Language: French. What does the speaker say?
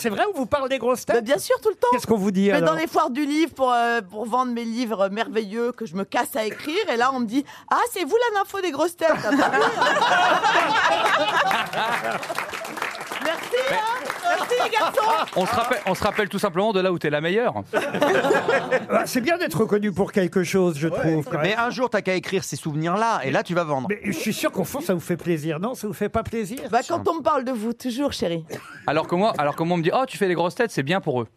C'est vrai, on vous parle des grosses têtes Bah, Bien sûr, tout le temps. Qu'est-ce qu'on vous dit Mais alors dans les foires du livre pour, euh, pour vendre mes livres merveilleux que je me casse à écrire. Et là, on me dit Ah, c'est vous la nympho des grosses têtes. Ah, bah oui. Merci, hein. Merci, les garçons. On se, rappelle, on se rappelle tout simplement de là où t'es la meilleure. Ah, C'est bien d'être reconnu pour quelque chose, je trouve. quand Mais même. un jour, t'as qu'à écrire ces souvenirs-là, et là, tu vas vendre. Mais je suis sûr qu'au fond, ça vous fait plaisir. Non, ça vous fait pas plaisir Bah, quand on me parle de vous, toujours, chérie. Alors que moi, alors que moi, on me dit, oh, tu fais les grosses têtes, c'est bien pour eux.